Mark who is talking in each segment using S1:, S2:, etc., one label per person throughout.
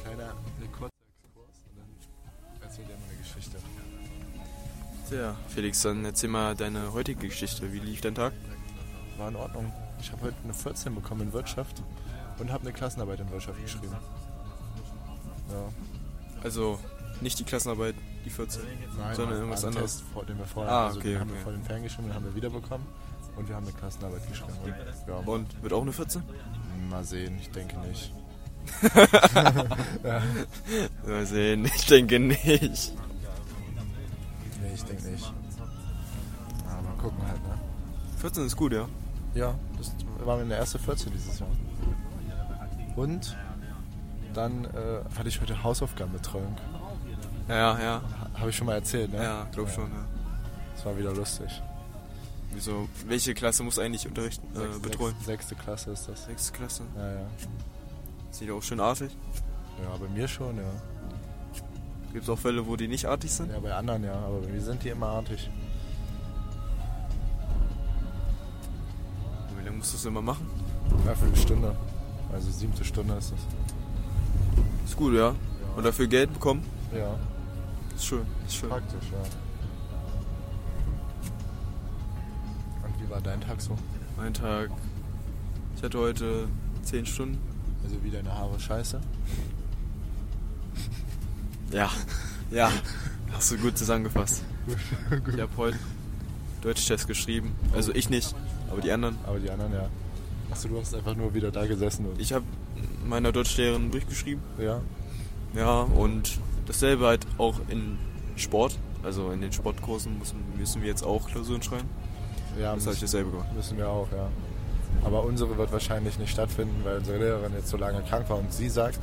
S1: ein kurzer Exkurs und dann erzähl dir mal eine Geschichte.
S2: Ja, Felix, dann erzähl mal deine heutige Geschichte. Wie lief dein Tag?
S1: War in Ordnung. Ich habe heute eine 14 bekommen in Wirtschaft und habe eine Klassenarbeit in Wirtschaft geschrieben. Ja.
S2: Also, nicht die Klassenarbeit, die 14. sondern irgendwas
S1: war ein
S2: anderes.
S1: Test, vor- den wir vorher,
S2: Ah,
S1: also
S2: okay,
S1: den haben
S2: okay.
S1: wir vor den Ferien geschrieben, den haben wir wiederbekommen und wir haben eine Klassenarbeit geschrieben. Ja, aber
S2: Und wird auch eine 14?
S1: mal sehen, ich denke nicht.
S2: Mal sehen, ich denke nicht.
S1: Nee, ich denke nicht. Aber mal gucken halt, ne?
S2: 14 ist gut, ja.
S1: Ja, das war meine erste 14 dieses Jahr. Und dann äh, hatte ich heute Hausaufgabenbetreuung.
S2: Ja, ja.
S1: Ha- Habe ich schon mal erzählt, ne?
S2: Ja, glaub schon, ja. Äh,
S1: Das war wieder lustig.
S2: Wieso? Welche Klasse muss eigentlich unterrichten, äh,
S1: Sechs-
S2: betreuen?
S1: sechs- Sechste Klasse ist das.
S2: Sechste Klasse.
S1: Ja, ja.
S2: Sind die auch schön artig?
S1: Ja, bei mir schon, ja.
S2: Gibt es auch Fälle, wo die nicht artig sind?
S1: Ja, bei anderen ja, aber bei mir sind die immer artig.
S2: Wie lange musst du das immer machen?
S1: Ja, für eine Stunde. Also siebte Stunde ist das.
S2: Ist gut, ja. Und dafür Geld bekommen?
S1: Ja,
S2: Ist schön, ist schön.
S1: praktisch, ja. Und wie war dein Tag so?
S2: Mein Tag. Ich hatte heute 10 Stunden.
S1: Also wie deine Haare scheiße?
S2: Ja, ja. Hast du gut zusammengefasst. Ich habe heute Deutschtest geschrieben. Also ich nicht, aber die anderen.
S1: Aber die anderen ja. Achso, du hast einfach nur wieder da gesessen und.
S2: Ich habe meiner Deutschlehrerin einen Brief geschrieben.
S1: Ja.
S2: Ja, und dasselbe halt auch in Sport. Also in den Sportkursen müssen, müssen wir jetzt auch Klausuren schreiben.
S1: Ja,
S2: Das habe ich
S1: müssen,
S2: dasselbe gemacht.
S1: müssen wir auch, ja. Aber unsere wird wahrscheinlich nicht stattfinden, weil unsere Lehrerin jetzt so lange krank war und sie sagt,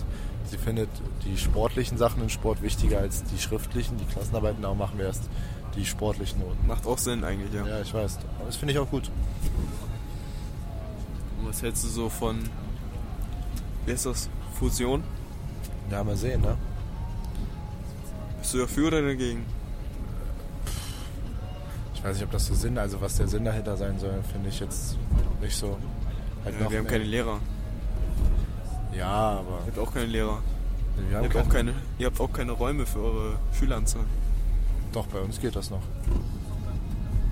S1: sie findet die sportlichen Sachen im Sport wichtiger als die schriftlichen. Die Klassenarbeiten auch machen wir erst die sportlichen Noten.
S2: Macht auch Sinn eigentlich, ja.
S1: Ja, ich weiß. Aber das finde ich auch gut.
S2: Und was hältst du so von, wie heißt das, Fusion?
S1: Ja, mal sehen, ne?
S2: Bist du dafür oder dagegen?
S1: Ich weiß nicht, ob das so Sinn, also was der Sinn dahinter sein soll, finde ich jetzt nicht so. Halt
S2: Ja,
S1: noch
S2: wir haben
S1: mehr-
S2: keine Lehrer.
S1: Ja, aber
S2: Ihr habt auch keine Lehrer.
S1: wir
S2: Ihr
S1: haben
S2: habt, auch keine, ihr habt auch keine Räume für eure Schüleranzahl.
S1: Doch, bei uns geht das noch.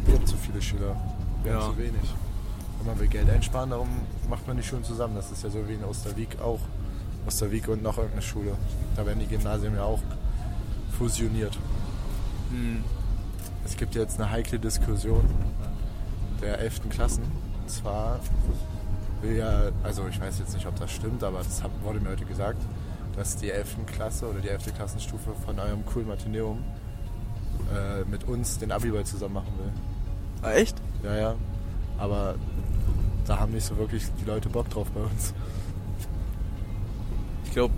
S1: Wir haben zu viele Schüler. Wir
S2: Ja.
S1: haben zu wenig. Und man will Geld einsparen, darum macht man die Schulen zusammen. Das ist ja so wie in Osterwieck auch. Osterwieck und noch irgendeine Schule. Da werden die Gymnasien ja auch fusioniert.
S2: Hm.
S1: Es gibt jetzt eine heikle Diskussion der 11. Klassen. Und zwar will ja, also ich weiß jetzt nicht, ob das stimmt, aber das hab- wurde mir heute gesagt, dass die 11. Klasse oder die 11. Klassenstufe von eurem coolen Martineum äh, mit uns den Abiball zusammen machen will.
S2: Ah, echt?
S1: Ja, ja. Aber da haben nicht so wirklich die Leute Bock drauf bei uns.
S2: Ich glaube,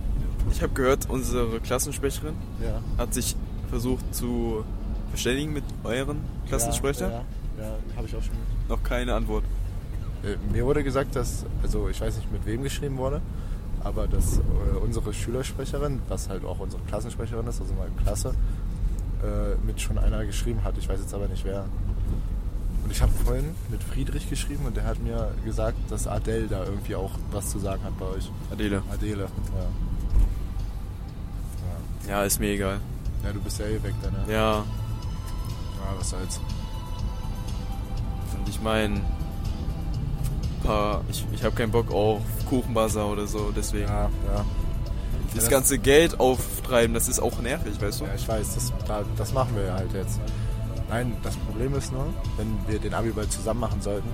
S2: ich habe gehört, unsere Klassensprecherin
S1: Ja.
S2: hat sich versucht zu verständigen mit euren Klassensprechern.
S1: Ja, ja, ja habe ich auch schon
S2: Noch keine Antwort.
S1: Äh, Mir wurde gesagt, dass, also ich weiß nicht mit wem geschrieben wurde, aber dass äh, unsere Schülersprecherin, was halt auch unsere Klassensprecherin ist, also meine Klasse, äh, mit schon einer geschrieben hat. Ich weiß jetzt aber nicht wer. Und ich habe vorhin mit Friedrich geschrieben und der hat mir gesagt, dass Adele da irgendwie auch was zu sagen hat bei euch.
S2: Adele.
S1: Adele, ja.
S2: Ja, ist mir egal.
S1: Ja, ja du bist ja eh weg, deine.
S2: Ja,
S1: ja was soll's.
S2: und ich meine, paar, ich, ich habe keinen Bock auf Kuchenbazar oder so, deswegen.
S1: Ja, ja.
S2: Das
S1: Ja,
S2: ganze Geld auftreiben, das ist auch nervig, weißt du?
S1: Ja, ich weiß, das, da, das machen wir ja halt jetzt. Nein, das Problem ist nur, wenn wir den Abiball zusammen machen sollten,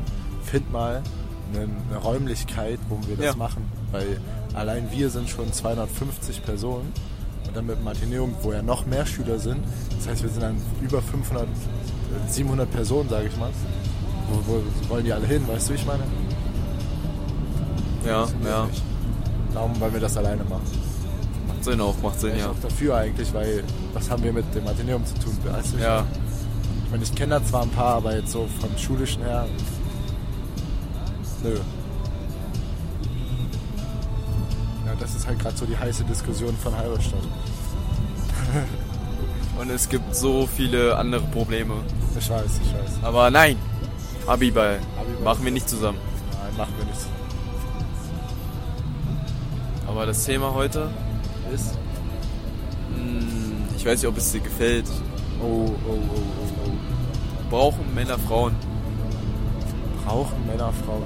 S1: find mal eine, eine Räumlichkeit, wo wir das
S2: Ja.
S1: machen. Weil allein wir sind schon 250 Personen und dann mit Martineum, wo ja noch mehr Schüler sind, das heißt, wir sind dann über 500, äh, 700 Personen, sage ich mal. Wo, wo wollen die alle hin, weißt du, wie ich meine?
S2: Ja,
S1: Das wissen wir
S2: ja.
S1: nicht. Darum wollen wir das alleine machen.
S2: Macht Sinn auch, macht Sinn,
S1: Bin ich
S2: ja.
S1: auch dafür eigentlich, weil was haben wir mit dem Martineum zu tun? Weißt du, wie ich
S2: Ja,
S1: meine? Ich meine, ich kenne da zwar ein paar, aber jetzt so vom schulischen her. Nö. Ja, das ist halt gerade so die heiße Diskussion von Halberstadt.
S2: und es gibt so viele andere Probleme.
S1: Ich weiß, ich weiß.
S2: Aber nein, Abiball,
S1: Abiball.
S2: machen wir nicht zusammen.
S1: Nein, machen wir nicht.
S2: Aber das Thema heute
S1: Ist?
S2: Hm, Ich weiß nicht, ob es dir gefällt.
S1: Oh, oh, oh, oh, oh.
S2: Brauchen Männer Frauen?
S1: Brauchen Männer Frauen?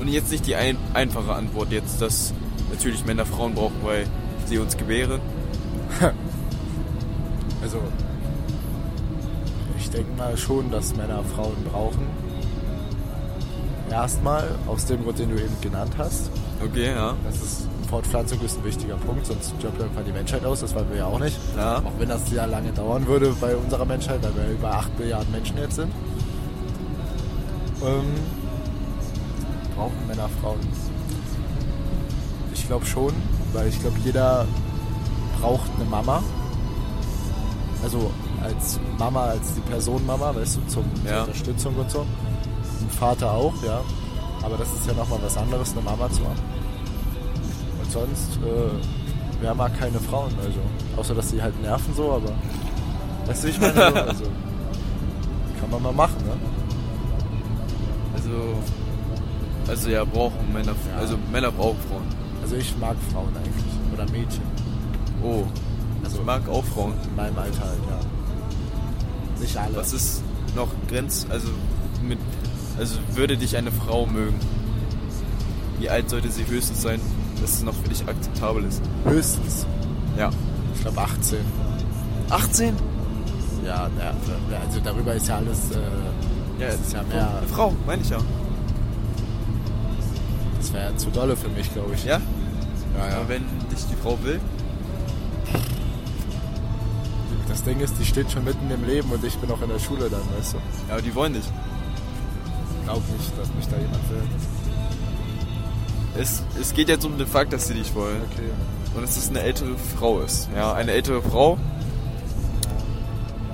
S2: Und jetzt nicht die ein einfache Antwort jetzt, dass natürlich Männer Frauen brauchen, weil sie uns gebären.
S1: Also, ich denke mal schon, dass Männer Frauen brauchen. Erstmal, aus dem Grund, den du eben genannt hast.
S2: Okay, ja.
S1: Das ist, Fortpflanzung ist ein wichtiger Punkt, sonst stirbt irgendwann die Menschheit aus, das wollen wir ja auch nicht.
S2: Ja.
S1: Auch wenn das sehr lange dauern würde bei unserer Menschheit, weil wir über 8 Milliarden Menschen jetzt sind. Ähm, brauchen Männer Frauen? Ich glaube schon, weil ich glaube, jeder braucht eine Mama. Also als Mama, als die Person Mama, weißt du, zum, zur
S2: Ja.
S1: Unterstützung und so. Ein Vater auch, ja. Aber das ist ja nochmal was anderes, eine Mama zu haben. Und sonst, äh, wer mag keine Frauen? Also, außer dass sie halt nerven so, aber. Weißt du, wie ich meine? So, also, kann man mal machen, ne?
S2: Also, also ja, brauchen Männer,
S1: Ja.
S2: also Männer brauchen Frauen.
S1: Also, ich mag Frauen eigentlich. Oder Mädchen.
S2: Oh,
S1: Also-
S2: also ich mag auch Frauen.
S1: In meinem Alter halt, ja. Nicht alle.
S2: Was ist noch Grenz, also mit, also würde dich eine Frau mögen? Wie alt sollte sie höchstens sein, dass es noch für dich akzeptabel ist?
S1: Höchstens.
S2: Ja.
S1: Ich glaube, 18.
S2: 18?
S1: Ja, ja, also darüber ist ja alles. Äh,
S2: Ja,
S1: das ist ja mehr.
S2: Eine Frau, meine ich ja.
S1: Das wäre ja zu dolle für mich, glaube ich.
S2: Ja?
S1: ja, ja.
S2: Aber wenn dich die Frau will,
S1: Das Ding ist, die steht schon mitten im Leben und ich bin auch in der Schule dann, weißt du.
S2: ja, aber die wollen dich.
S1: Glaub nicht, dass mich da jemand will.
S2: Es, es geht jetzt um den Fakt, dass sie dich wollen.
S1: Okay.
S2: Und dass es eine ältere Frau ist. Ja, eine ältere Frau,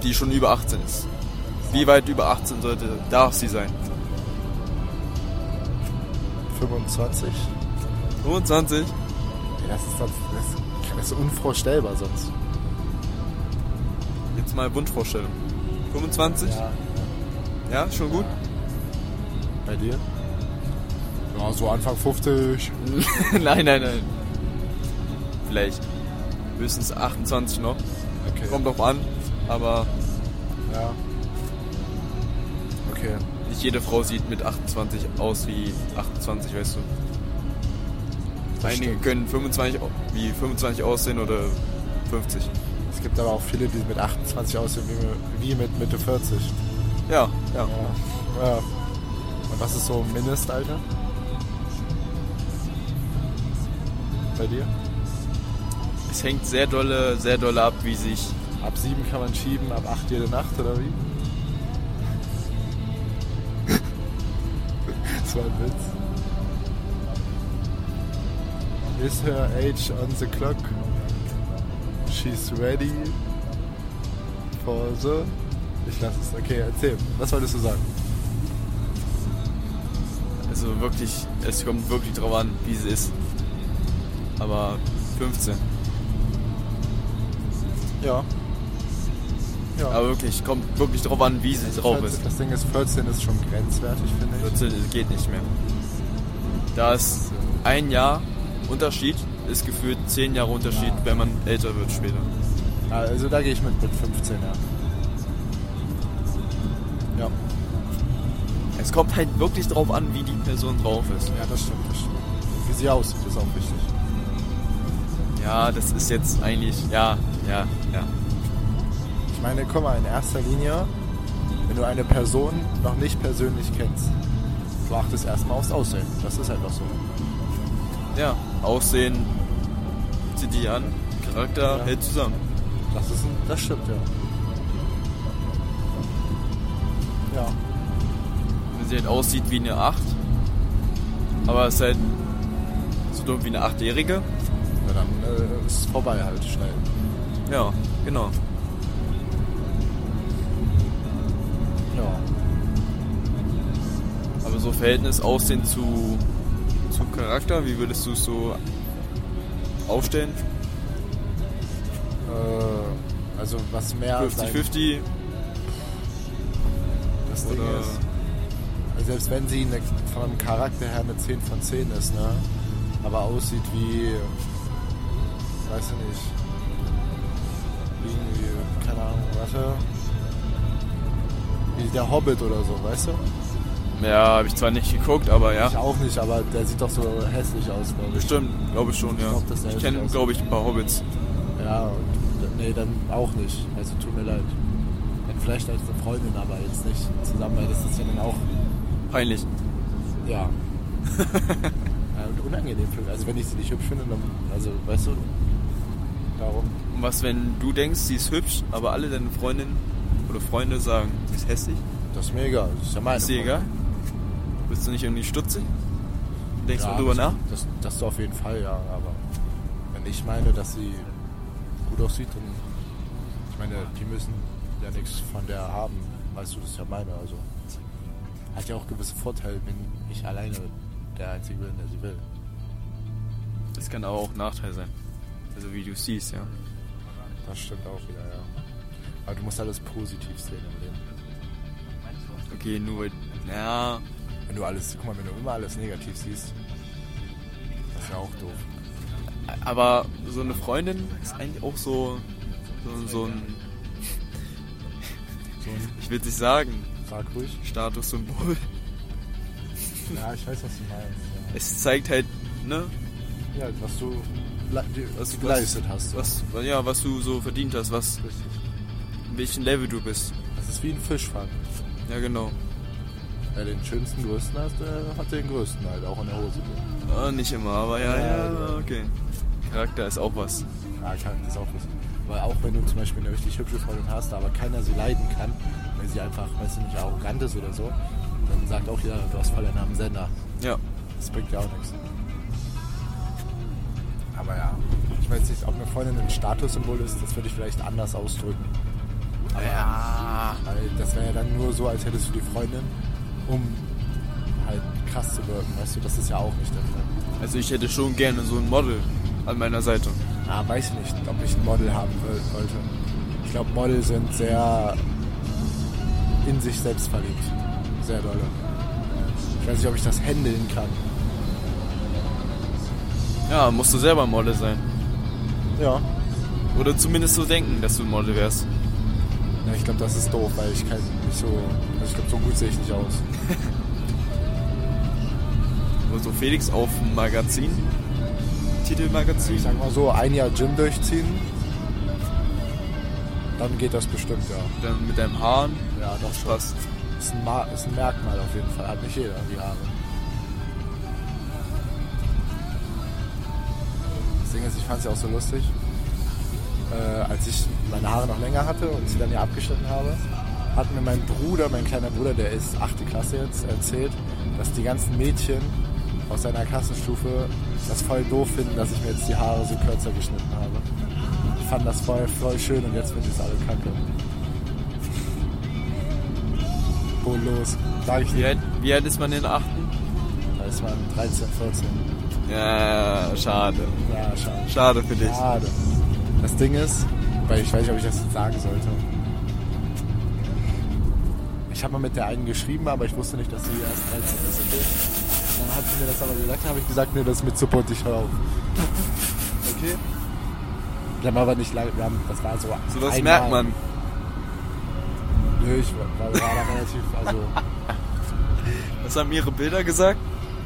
S2: die schon über 18 ist. Wie weit über 18 sollte, darf sie sein?
S1: 25?
S2: 25?
S1: Ey, das ist sonst. Das, das ist unvorstellbar sonst.
S2: Jetzt mal Wunschvorstellung. 25? Ja, schon gut?
S1: Bei dir? Ja, so Anfang 50.
S2: nein, nein, nein. Vielleicht höchstens 28 noch.
S1: Okay.
S2: Kommt drauf an, aber
S1: Ja. Okay.
S2: nicht jede Frau sieht mit 28 aus wie 28, weißt du.
S1: Das
S2: Einige
S1: stimmt.
S2: können 25 au- wie 25 aussehen oder 50.
S1: Es gibt aber auch viele, die mit 28 aussehen wie, wie mit Mitte 40.
S2: Ja, ja.
S1: Ja. ja. Und was ist so Mindestalter? Bei dir?
S2: Es hängt sehr dolle, sehr dolle ab, wie sich.
S1: Ab 7 kann man schieben, ab 8 jede Nacht oder wie? das war ein Witz. Is her age on the clock? She's ready for the. Ich lasse es. Okay, erzähl. Was wolltest du sagen?
S2: Also wirklich, es kommt wirklich drauf an, wie sie ist. Aber 15.
S1: Ja. Ja.
S2: Aber wirklich, kommt wirklich drauf an, wie sie drauf
S1: 14
S2: ist.
S1: Das Ding ist, 14 ist schon grenzwertig, finde ich.
S2: 14 geht nicht mehr. Da ist ein Jahr Unterschied, ist gefühlt 10 Jahre Unterschied,
S1: Ja.
S2: wenn man älter wird später.
S1: Also da gehe ich mit, mit 15, ja. Ja.
S2: Es kommt halt wirklich drauf an, wie die Person drauf ist.
S1: Ja, das stimmt, das stimmt. Wie sie aussieht, ist auch wichtig.
S2: Ja, das ist jetzt eigentlich, ja, ja, ja.
S1: Ich meine, guck mal, in erster Linie, wenn du eine Person noch nicht persönlich kennst, du achtest erstmal aufs Aussehen. Das ist einfach so.
S2: Ja, Aussehen, zieh die an, Charakter
S1: Ja.
S2: hält zusammen.
S1: Das ist ein, das stimmt, ja. Ja.
S2: Wenn sie halt aussieht wie eine 8, aber ist halt so dumm wie eine 8-Jährige.
S1: Na dann äh, ist es vorbei halt schnell.
S2: Ja, genau.
S1: Ja.
S2: Aber so Verhältnis Aussehen zu, zu Charakter, wie würdest du es so aufstellen?
S1: Äh, also was mehr sein
S2: 50-50?
S1: Das Ding
S2: Oder-
S1: ist, also selbst wenn sie eine, vom ne, Charakter her eine 10 von 10 ist, ne? aber aussieht wie, weiß ich nicht, irgendwie, keine Ahnung, warte, wie der Hobbit oder so, weißt du?
S2: Ja, habe ich zwar nicht geguckt, aber ja.
S1: Ich auch nicht, aber der sieht doch so hässlich aus, glaube ich.
S2: Bestimmt, glaube ich schon, ja.
S1: glaub, das
S2: Ich
S1: ist
S2: kenne,
S1: aus.
S2: glaube ich, ein paar Hobbits.
S1: Ja, und, nee, dann auch nicht. Also tut mir leid. Wenn vielleicht als eine Freundin, aber jetzt nicht zusammen, weil das ist ja dann auch,
S2: Peinlich.
S1: ja. ja und unangenehm für mich. Also wenn ich sie nicht hübsch finde, dann, also weißt du, darum.
S2: Und was, wenn du denkst, sie ist hübsch, aber alle deine Freundinnen oder Freunde sagen, sie ist hässlich?
S1: Das ist mir egal. Das ist ja meine
S2: Ist dir egal?
S1: Freundin.
S2: Bist du nicht irgendwie stutzig? Denkst
S1: ja,
S2: du drüber
S1: das,
S2: nach?
S1: Das, das auf jeden Fall, ja. Aber wenn ich meine, dass sie gut aussieht, dann, ich meine, die müssen ja nichts von der haben. Weißt du, das ist ja meine. Also hat ja auch gewisse Vorteile, wenn ich alleine der Einzige bin, der sie will.
S2: Das kann aber auch ein Nachteil sein. Also wie du siehst, ja.
S1: Das stimmt auch wieder, ja. Aber du musst alles positiv sehen im Leben.
S2: Okay, nur weil. Ja.
S1: Wenn du alles, guck mal, wenn du immer alles negativ siehst, das ist ja auch doof.
S2: Aber so eine Freundin ist eigentlich auch so. So, so ein.
S1: So ein
S2: Ich will nicht sagen,
S1: Sag ruhig.
S2: Statussymbol.
S1: Ja, ich weiß, was du meinst. Ja.
S2: Es zeigt halt, ne?
S1: Ja, was du, le- die- was
S2: Was
S1: du
S2: du-
S1: geleistet hast.
S2: Was, ja, was du so verdient hast, was,
S1: Richtig.
S2: in welchem Level du bist.
S1: Das ist wie ein Fischfang.
S2: Ja, genau.
S1: Wer den schönsten größten hat, der hat den größten halt auch in der Hose.
S2: Ah, nicht immer, aber ja,
S1: Ja,
S2: ja,
S1: ja.
S2: okay. Charakter ist auch was.
S1: Ja, kann das auch wissen. Weil auch wenn du zum Beispiel eine richtig hübsche Freundin hast, aber keiner sie leiden kann, weil sie einfach, weißt du, nicht arrogant ist oder so, dann sagt auch jeder, du hast voll einen am Sender.
S2: Ja.
S1: Das bringt ja auch nichts. Aber ja, ich weiß nicht, ob eine Freundin ein Statussymbol ist, das würde ich vielleicht anders ausdrücken. Aber
S2: Ja.
S1: Weil das wäre ja dann nur so, als hättest du die Freundin, um halt krass zu wirken. Weißt du, das ist ja auch nicht der Fall.
S2: Also ich hätte schon gerne so ein Model an meiner Seite.
S1: Ah, weiß ich nicht, ob ich ein Model haben will, wollte. Ich glaube, Model sind sehr in sich selbst verliebt. Sehr dolle. Ich weiß nicht, ob ich das handeln kann.
S2: Ja, musst du selber ein Model sein.
S1: Ja.
S2: Oder zumindest so denken, dass du ein Model wärst.
S1: ja ich glaube, das ist doof, weil ich kein, nicht so. Also ich glaube, so gut sehe ich nicht aus.
S2: Oder so Felix auf dem Magazin. Titelmagazin.
S1: Ich sag mal so, ein Jahr Gym durchziehen. Dann geht das bestimmt, ja.
S2: Dann mit deinem Haaren.
S1: Ja, das schon.
S2: Passt.
S1: Ist ein, Ma ist ein Merkmal auf jeden Fall. Hat nicht jeder die Haare. Das Ding ist, ich fand es ja auch so lustig, äh, als ich meine Haare noch länger hatte und sie dann ja abgeschnitten habe, hat mir mein Bruder, mein kleiner Bruder, der ist 8. Klasse jetzt, erzählt, dass die ganzen Mädchen aus seiner Klassenstufe das voll doof finden, dass ich mir jetzt die Haare so kürzer geschnitten habe. Ich fand das voll, voll schön und jetzt finde ich es alle kacke. Wo los? Sag ich
S2: Wie
S1: dir.
S2: alt, wie alt ist man in der achten?
S1: Da ist man 13, 14.
S2: Ja, schade.
S1: Ja, schade.
S2: Schade für dich.
S1: Schade. Das Ding ist, weil ich weiß nicht, ob ich das jetzt sagen sollte. Ich habe mal mit der einen geschrieben, aber ich wusste nicht, dass sie erst 13 ist, okay? Dann hat sie mir das aber gesagt, dann habe ich gesagt, nee, das ist mit Support, ich hör auf. Okay? Wir haben aber nicht lange, wir haben, das war so.
S2: So was
S1: einmal.
S2: merkt man.
S1: Nö, ich war, war da relativ, also
S2: Was haben ihre Bilder gesagt?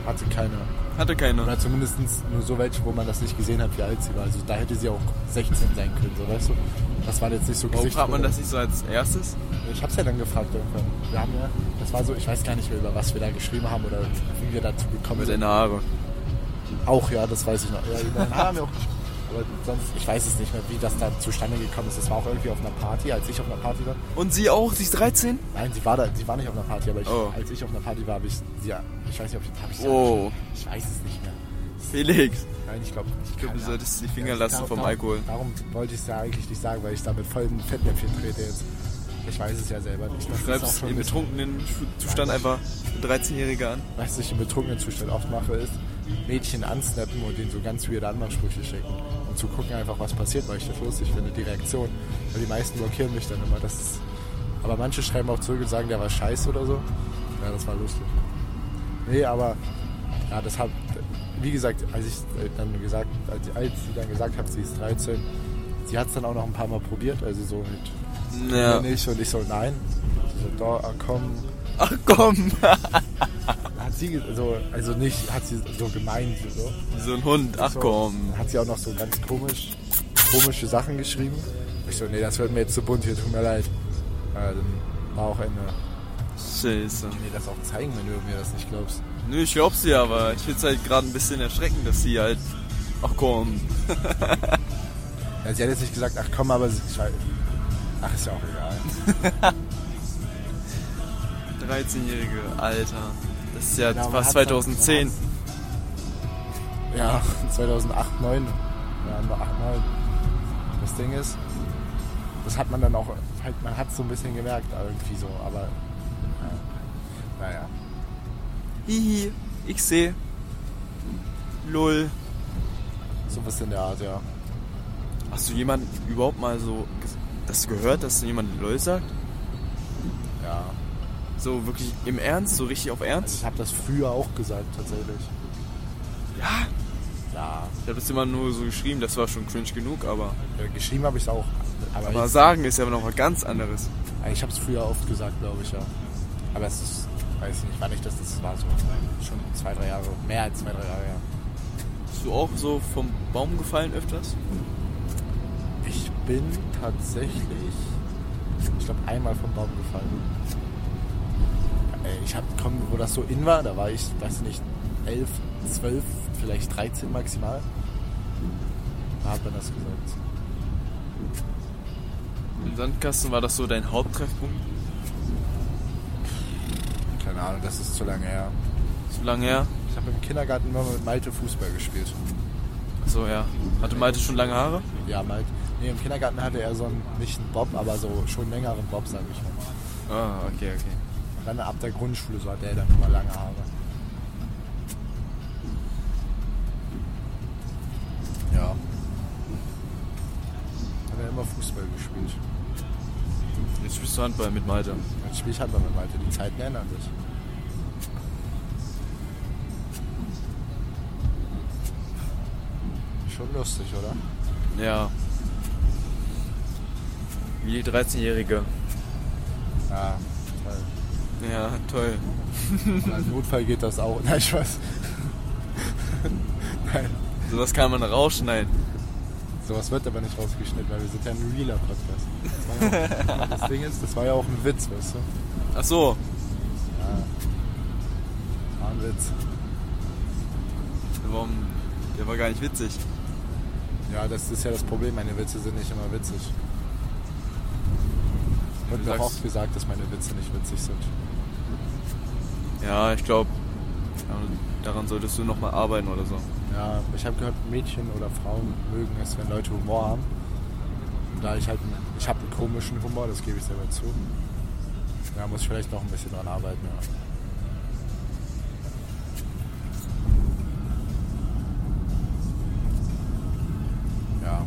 S1: hatte keine.
S2: Hatte keine.
S1: Oder zumindest nur so welche, wo man das nicht gesehen hat, wie alt sie war. Also da hätte sie auch 16 sein können, so weißt du? Das war jetzt nicht so
S2: Warum fragt man
S1: Gesichtsbilder.
S2: das nicht so als erstes?
S1: Ich hab's ja dann gefragt irgendwann. Wir haben ja, das war so, ich weiß gar nicht mehr, über was wir da geschrieben haben oder wie wir dazu gekommen
S2: Mit
S1: sind.
S2: deiner Haare.
S1: Auch, ja, das weiß ich noch. Ja, über den Haar haben wir auch geschrieben. Aber sonst, ich weiß es nicht mehr, wie das da zustande gekommen ist. Das war auch irgendwie auf einer Party, als ich auf einer Party war.
S2: Und sie auch? Sie ist 13?
S1: Nein, sie war da, sie war nicht auf einer Party, aber ich,
S2: Oh.
S1: als ich auf einer Party war, habe ich sie, ja, ich weiß nicht, ob ich, hab ich sie
S2: Oh,
S1: Ich weiß es nicht mehr.
S2: Felix.
S1: Nein, ich glaube nicht. Ich
S2: glaub, du solltest die Finger lassen vom
S1: darum,
S2: Alkohol.
S1: Darum wollte ich es ja eigentlich nicht sagen, weil ich damit voll in ein Fettnäpfchen trete jetzt. Ich weiß es ja selber nicht.
S2: Du
S1: Das ist auch
S2: schreibst
S1: schon
S2: im
S1: ein bisschen-
S2: betrunkenen Schu- Zustand einfach 13-Jährige an.
S1: was ich im betrunkenen Zustand oft mache, ist Mädchen ansnappen und denen so ganz weirde Anmachsprüche schicken. Und zu gucken einfach, was passiert, weil ich das lustig finde, die Reaktion. Weil die meisten blockieren mich dann immer. Das ist, aber manche schreiben auch zurück und sagen, der war scheiße oder so. Ja, das war lustig. Nee, aber ja, das hat, wie gesagt, als ich dann gesagt, als, als sie dann gesagt hat, sie ist 13, sie hat es dann auch noch ein paar Mal probiert, also so mit
S2: Ja.
S1: "Nee, nicht und ich so nein. Sie so, da komm.
S2: Ach komm!
S1: Hat sie ge- so, also nicht, hat sie so gemeint so.
S2: so ein Hund, ach
S1: so,
S2: komm.
S1: Hat sie auch noch so ganz komisch, komische Sachen geschrieben. Ich so, nee, das wird mir jetzt zu bunt hier, tut mir leid. Ja, dann war auch Ende.
S2: Scheiße.
S1: Ich will dir das auch zeigen, wenn du mir das nicht glaubst.
S2: Nö, ich glaub's dir, aber ich find's halt gerade ein bisschen erschreckend, dass sie halt. Ach komm.
S1: Ja, sie hat jetzt nicht gesagt, ach komm, aber sie, ach, ist ja auch egal.
S2: 13-Jährige, Alter. Das ist ja
S1: Ja, man
S2: fast
S1: hat's halt
S2: 2010.
S1: Ja, 2008, 2009. Ja, nur 8, 9. Das Ding ist, das hat man dann auch, halt, man hat so ein bisschen gemerkt, irgendwie so, aber ja. naja.
S2: Hihi, ich seh. Lol.
S1: Sowas in der Art, ja.
S2: Hast du jemand überhaupt mal so ges- das gehört, dass jemand LOL sagt?
S1: Ja.
S2: So wirklich im Ernst, so richtig auf
S1: Also
S2: Ernst?
S1: ich habe das früher auch gesagt, tatsächlich.
S2: Ja.
S1: Ja.
S2: Ich habe das immer nur so geschrieben, das war schon cringe genug, aber.
S1: ja Äh, geschrieben habe ich es auch. Aber,
S2: Aber
S1: jetzt,
S2: sagen ist ja noch was ganz anderes.
S1: ich habe es früher oft gesagt, glaube ich, ja. Aber es ist, weiß nicht, wann ich das, das war so schon zwei, drei Jahre, mehr als zwei, drei Jahre, ja.
S2: Bist du auch so vom Baum gefallen öfters?
S1: Ich bin tatsächlich, ich glaube, einmal vom Baum gefallen. Ey, Ich habe kommen, wo das so in war, da war ich, weiß nicht, 11, 12, vielleicht 13 maximal. Da hat man das gesagt.
S2: Im Sandkasten war das so dein Haupttreffpunkt?
S1: Keine Ahnung, das ist zu lange her.
S2: So lange her?
S1: Ich habe im Kindergarten immer mit Malte Fußball gespielt.
S2: Achso, ja. Hatte Malte schon lange Haare?
S1: Ja, Malte. Nee, im Kindergarten hatte er so einen, nicht einen Bob, aber so schon längeren Bob, sage ich mal.
S2: Ah, okay, okay.
S1: Und dann ab der Grundschule, so hatte er dann immer lange Haare. Ja. Hat er immer Fußball gespielt.
S2: Jetzt spielst du Handball mit Malte.
S1: Jetzt spiele ich Handball mit Malte. Die Zeiten ändern sich. Schon lustig, oder?
S2: Ja. Wie die 13-Jährige.
S1: Ja, toll.
S2: Ja, toll.
S1: Und als Notfall geht das auch. Nein, Spaß. Nein,
S2: Sowas kann man rausschneiden.
S1: sowas wird aber nicht rausgeschnitten, weil wir sind ja ein realer Podcast. Das, war ja auch, das Ding ist, das war ja auch ein Witz, weißt du?
S2: Ach so.
S1: Ja. War ein Witz.
S2: Warum? Der war gar nicht witzig.
S1: Ja, das ist ja das Problem. Meine Witze sind nicht immer witzig. Wird
S2: Du
S1: mir auch
S2: sagst-
S1: oft gesagt, dass meine Witze nicht witzig sind.
S2: Ja, ich glaube, daran solltest du nochmal arbeiten oder so.
S1: Ja, ich habe gehört, Mädchen oder Frauen mögen es, wenn Leute Humor haben. Und da ich halt, einen- ich habe einen komischen Humor, das gebe ich selber zu. Da muss ich vielleicht noch ein bisschen dran arbeiten. Ja. Ja,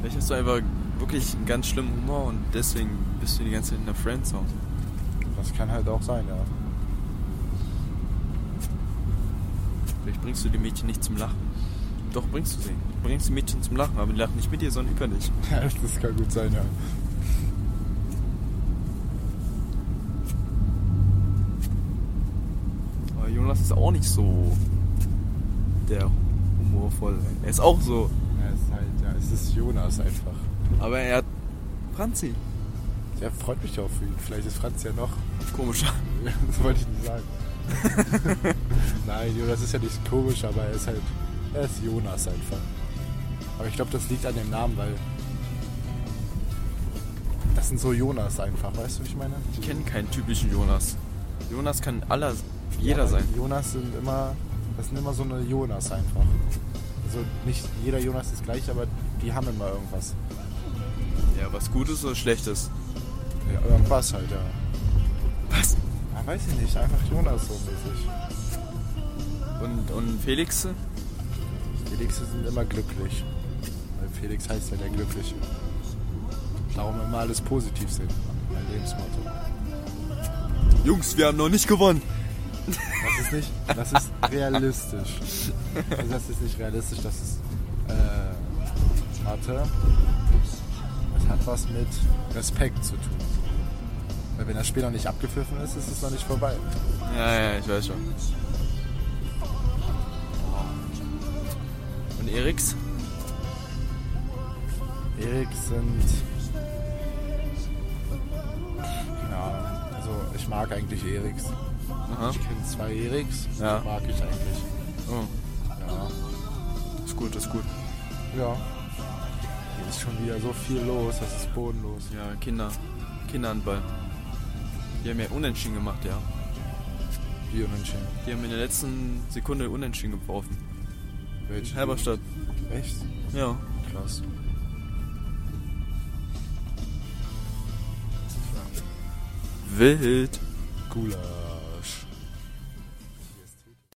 S2: Vielleicht hast du einfach wirklich einen ganz schlimmen Humor und deswegen bist du die ganze Zeit in der Friendzone.
S1: das kann halt auch sein, ja.
S2: Vielleicht bringst du die Mädchen nicht zum Lachen. Doch, bringst du sie. Du bringst die Mädchen zum Lachen, aber die lachen nicht mit dir, sondern über dich.
S1: Ja, das kann gut sein, ja.
S2: Aber Jonas ist auch nicht so der humorvoll. Er ist auch so,
S1: ja, es ist halt, ja, es ist Jonas einfach.
S2: aber er hat Franzi.
S1: Ja, freut mich auch für ihn. Vielleicht ist Franz ja noch
S2: Komischer.
S1: Ja, Das wollte ich nicht sagen. Nein, Jonas ist ja nicht komisch, aber er ist halt. Er ist Jonas einfach. Aber ich glaube, das liegt an dem Namen, weil. Das sind so Jonas einfach, weißt du, wie ich meine?
S2: Ich kenne keinen typischen Jonas. Jonas kann aller, jeder
S1: Ja,
S2: sein.
S1: Jonas sind immer. Das sind immer so eine Jonas einfach. Also nicht jeder Jonas ist gleich, aber die haben immer irgendwas.
S2: Ja, was Gutes oder Schlechtes?
S1: Ja, irgendwas halt, ja.
S2: Was?
S1: Ja, weiß ich nicht, einfach Jonas so mäßig.
S2: Und, und Felix?
S1: Felixe sind immer glücklich. Weil Felix heißt ja der Glückliche. Darum immer alles positiv sehen. Mein Lebensmotto.
S2: Jungs, wir haben noch nicht gewonnen.
S1: Das ist nicht, das ist realistisch. Also das ist nicht realistisch, das ist, äh, warte, das hat was mit Respekt zu tun. Weil wenn das Spiel noch nicht abgepfiffen ist, ist es noch nicht vorbei.
S2: Ja, ja, ich weiß schon. Und Eriks?
S1: Erik sind, ja, also ich mag eigentlich Eriks.
S2: Aha.
S1: Ich kenne zwei Eriks,
S2: Ja.
S1: die mag ich eigentlich.
S2: Oh,
S1: Ja.
S2: ist gut, ist gut.
S1: Ja. Hier ist schon wieder so viel los, das ist bodenlos.
S2: Ja, Kinder. Kinderhandball. Die haben ja unentschieden gemacht, ja.
S1: Hier in München.
S2: Die haben in der letzten Sekunde unentschieden geworfen.
S1: Welche?
S2: Halberstadt.
S1: Echt?
S2: Ja.
S1: Krass.
S2: Wild.
S1: Cooler.